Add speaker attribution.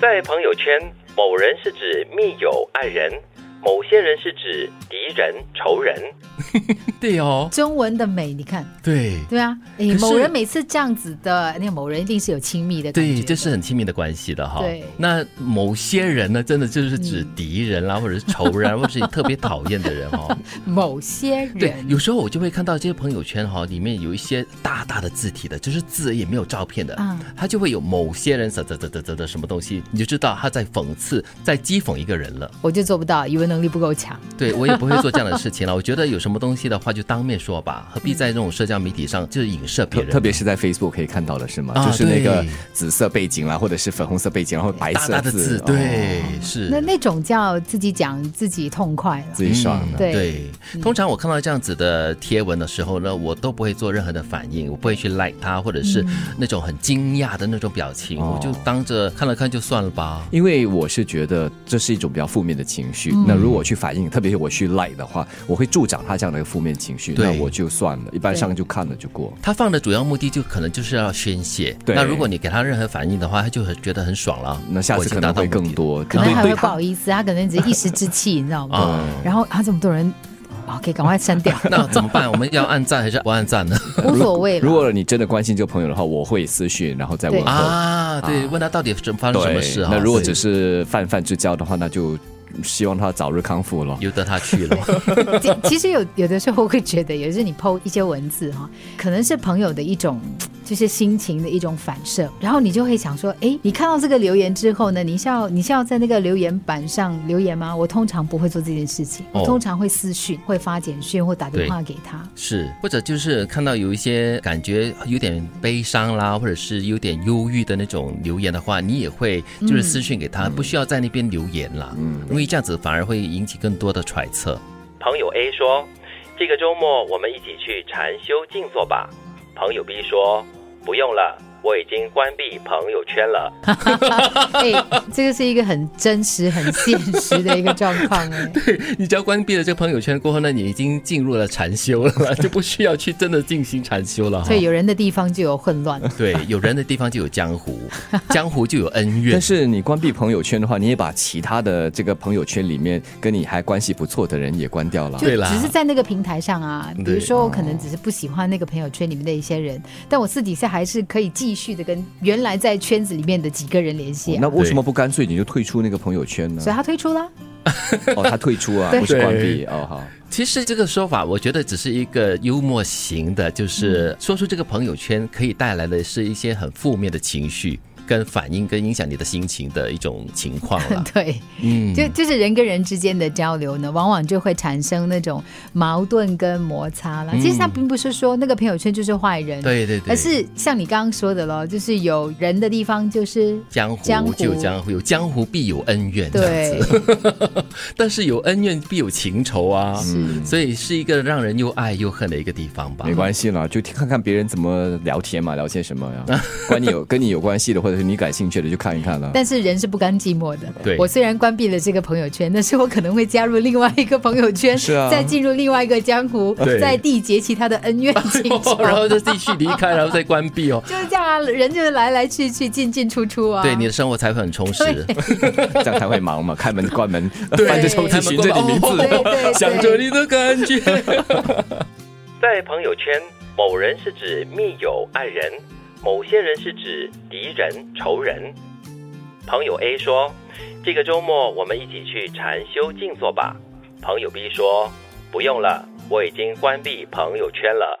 Speaker 1: 在朋友圈，某人是指密友、爱人，某些人是指敌人、仇人。
Speaker 2: 对哦，
Speaker 3: 中文的美，你看，
Speaker 2: 对
Speaker 3: 对啊，诶
Speaker 2: 可是
Speaker 3: 某人每次这样子的，那某人一定是有亲密的感觉
Speaker 2: 对，
Speaker 3: 的，
Speaker 2: 这是很亲密的关系的哈。
Speaker 3: 对
Speaker 2: 那某些人呢，真的就是指敌人啦，或者是仇人啊，或者是你特别讨厌的人哦。
Speaker 3: 某些人
Speaker 2: 对，有时候我就会看到这些朋友圈哈、里面有一些大大的字体的，就是字也没有照片的，
Speaker 3: 嗯
Speaker 2: 他就会有某些人啧啧啧啧啧的什么东西，你就知道他在讽刺，在讥讽一个人了。
Speaker 3: 我就做不到，语文能力不够强。
Speaker 2: 对我也不会做这样的事情了。我觉得有什么东西的话，就当面说吧，何必在这种社交媒体上就是影射别
Speaker 4: 特
Speaker 2: 人？
Speaker 4: 特别是在 Facebook 可以看到的是吗？
Speaker 2: 啊
Speaker 4: 就是那个
Speaker 2: 对
Speaker 4: 紫色背景啊啦，或者是粉红色背景，然后白
Speaker 2: 大
Speaker 4: 色
Speaker 2: 大的字，对，
Speaker 4: 哦
Speaker 2: 是嗯
Speaker 3: 那那种叫自己讲自己痛快了
Speaker 4: 自。己爽啊了。
Speaker 3: 对嗯
Speaker 2: 通常我看到这样子的贴文的时候呢，我都不会做任何的反应，我不会去 like 它，或者是
Speaker 3: 嗯
Speaker 2: 那种很惊讶的那种表情，
Speaker 4: 哦
Speaker 2: 我就当着看了看就算了吧。
Speaker 4: 因为我是觉得这是一种比较负面的情绪，
Speaker 2: 嗯
Speaker 4: 那如果我去反应，特别是我去 like 的话，我会助长他这样的一个负面情绪，
Speaker 2: 对
Speaker 4: 那我就算了，一般上就看了就过。
Speaker 2: 他放的主要目的就可能就是要宣泄，
Speaker 4: 对
Speaker 2: 那如果你给他任何反应的话，他就很觉得很爽了。
Speaker 4: 那下
Speaker 2: 我已
Speaker 4: 次
Speaker 2: 经
Speaker 4: 可能
Speaker 2: 达到
Speaker 4: 会
Speaker 2: 目的
Speaker 4: 更多，
Speaker 3: 可能
Speaker 4: 对
Speaker 3: 还
Speaker 4: 对
Speaker 3: 会不好意思，他可能只是一时之气，你知道吗？
Speaker 4: 嗯
Speaker 2: 啊。
Speaker 3: 然后啊，这么多人，OK，赶快删 掉，
Speaker 2: 那怎么办？我们要按赞还是不按赞呢？
Speaker 3: 无所谓
Speaker 4: 如
Speaker 3: 了。
Speaker 4: 果你真的关心这个朋友的话，我会私讯，然后再问候。
Speaker 2: 啊，对，问他到底是发生
Speaker 3: 嗯
Speaker 4: 对，
Speaker 2: 什么事哈？
Speaker 4: 那如果只
Speaker 2: 是
Speaker 4: 是泛泛之交的话，那就希望他早日康复了。
Speaker 2: 由得他去 了，
Speaker 3: 其 其实有有的时候我会觉得，有时候你 PO 一些文字哈，可能是朋友的一种就是心情的一种反射，然后你就会想说，哎，你看到这个留言之后呢，你是要你是要在那个留言板上留言吗？我通常不会做这件事情，
Speaker 2: 哦
Speaker 3: 我通常会私讯、会发简讯或打电话给他。
Speaker 2: 是，或者就是看到有一些感觉有点悲伤啦，或者是有点忧郁的那种留言的话，你也会就是私讯给他，不需要在那边留言啦，因为这样子反而会引起更多的揣 测。
Speaker 1: 朋友 A 说：“这个周末我们一起去禅修静坐吧。”朋友 B 说：“不用了，我已经关闭朋友圈了。
Speaker 3: 哎、这个是一个很真实、很现实的一个状况哎。
Speaker 2: 你只要关闭了这个朋友圈过后呢，你已经进入了禅修了， 就不需要去真的进行禅修了哈
Speaker 3: 所。以有人的地方就有混乱。
Speaker 2: 对，有人的地方就有江 湖，江湖就有恩怨
Speaker 4: 但。是你关闭朋友圈的话，你也把其他的这个朋友圈里面跟你还关系不错的人也关掉了
Speaker 3: 就。
Speaker 2: 对啦
Speaker 3: 只是在那个平台上啊，比如
Speaker 2: 对
Speaker 3: 说我可能只是不喜欢那个朋友圈里面的一些人，但我私底下还是可以继续的跟原来在圈子里面的几个人联系、啊。
Speaker 4: 哦
Speaker 2: 哦
Speaker 4: 那为什么不干脆你就退出那个朋友圈呢
Speaker 3: 所？以他退出啦，
Speaker 4: 哦，他退出啊，
Speaker 3: 对，
Speaker 4: 不是关闭哦，好。
Speaker 2: 其实这个说法，我觉得只是一个幽默型的，就是说出这个朋友圈可以带来的是一些很负面的情绪。跟反应跟影响你的心情的一种情况了
Speaker 3: 对，
Speaker 2: 嗯，
Speaker 3: 就就是人跟人之间的交流呢，往往就会产生那种矛盾跟摩擦啦。其实他并不是说那个朋友圈就是坏 人，，
Speaker 2: 嗯对对对，
Speaker 3: 而是像你刚刚说的咯，就是有人的地方就是
Speaker 2: 江
Speaker 3: 江
Speaker 2: 湖
Speaker 3: 湖
Speaker 2: 就有江湖，有江湖必有恩怨，这样
Speaker 3: 对
Speaker 2: 子。但是有恩怨必有情仇啊，所以是一个让人又爱又恨的一个地方吧。
Speaker 4: 没关系啦，就听看看别人怎么聊天嘛，聊些什么 呀？关你有跟你有关系的，或者是你感兴趣的，就看一看啦。
Speaker 3: 但是人是不甘寂寞的。
Speaker 2: 对
Speaker 3: 我虽然关闭了这个朋友圈，但是我可能会加入另外一个朋友圈，
Speaker 4: 是啊
Speaker 3: 再进入另外一个江湖
Speaker 2: 对，哎
Speaker 3: 再缔结其他的恩怨情 仇。
Speaker 2: 然后就继续离开，然后再关闭哦。
Speaker 3: 就是这样啊，人就是来来去去，进进出出 啊。
Speaker 2: 对，你的生活才会很充 实。
Speaker 4: 这样才会忙嘛，开门关门，
Speaker 2: 对
Speaker 4: 翻着抽屉寻着你名
Speaker 2: 开门
Speaker 4: 字
Speaker 2: 关门
Speaker 3: 对对对
Speaker 2: 想着你的感觉。
Speaker 1: 在朋友圈，某人是指密友、爱人，某些人是指敌人、仇人。朋友 A 说：“这个周末我们一起去禅修静坐吧。”朋友 B 说：“不用了，我已经关闭朋友圈了。”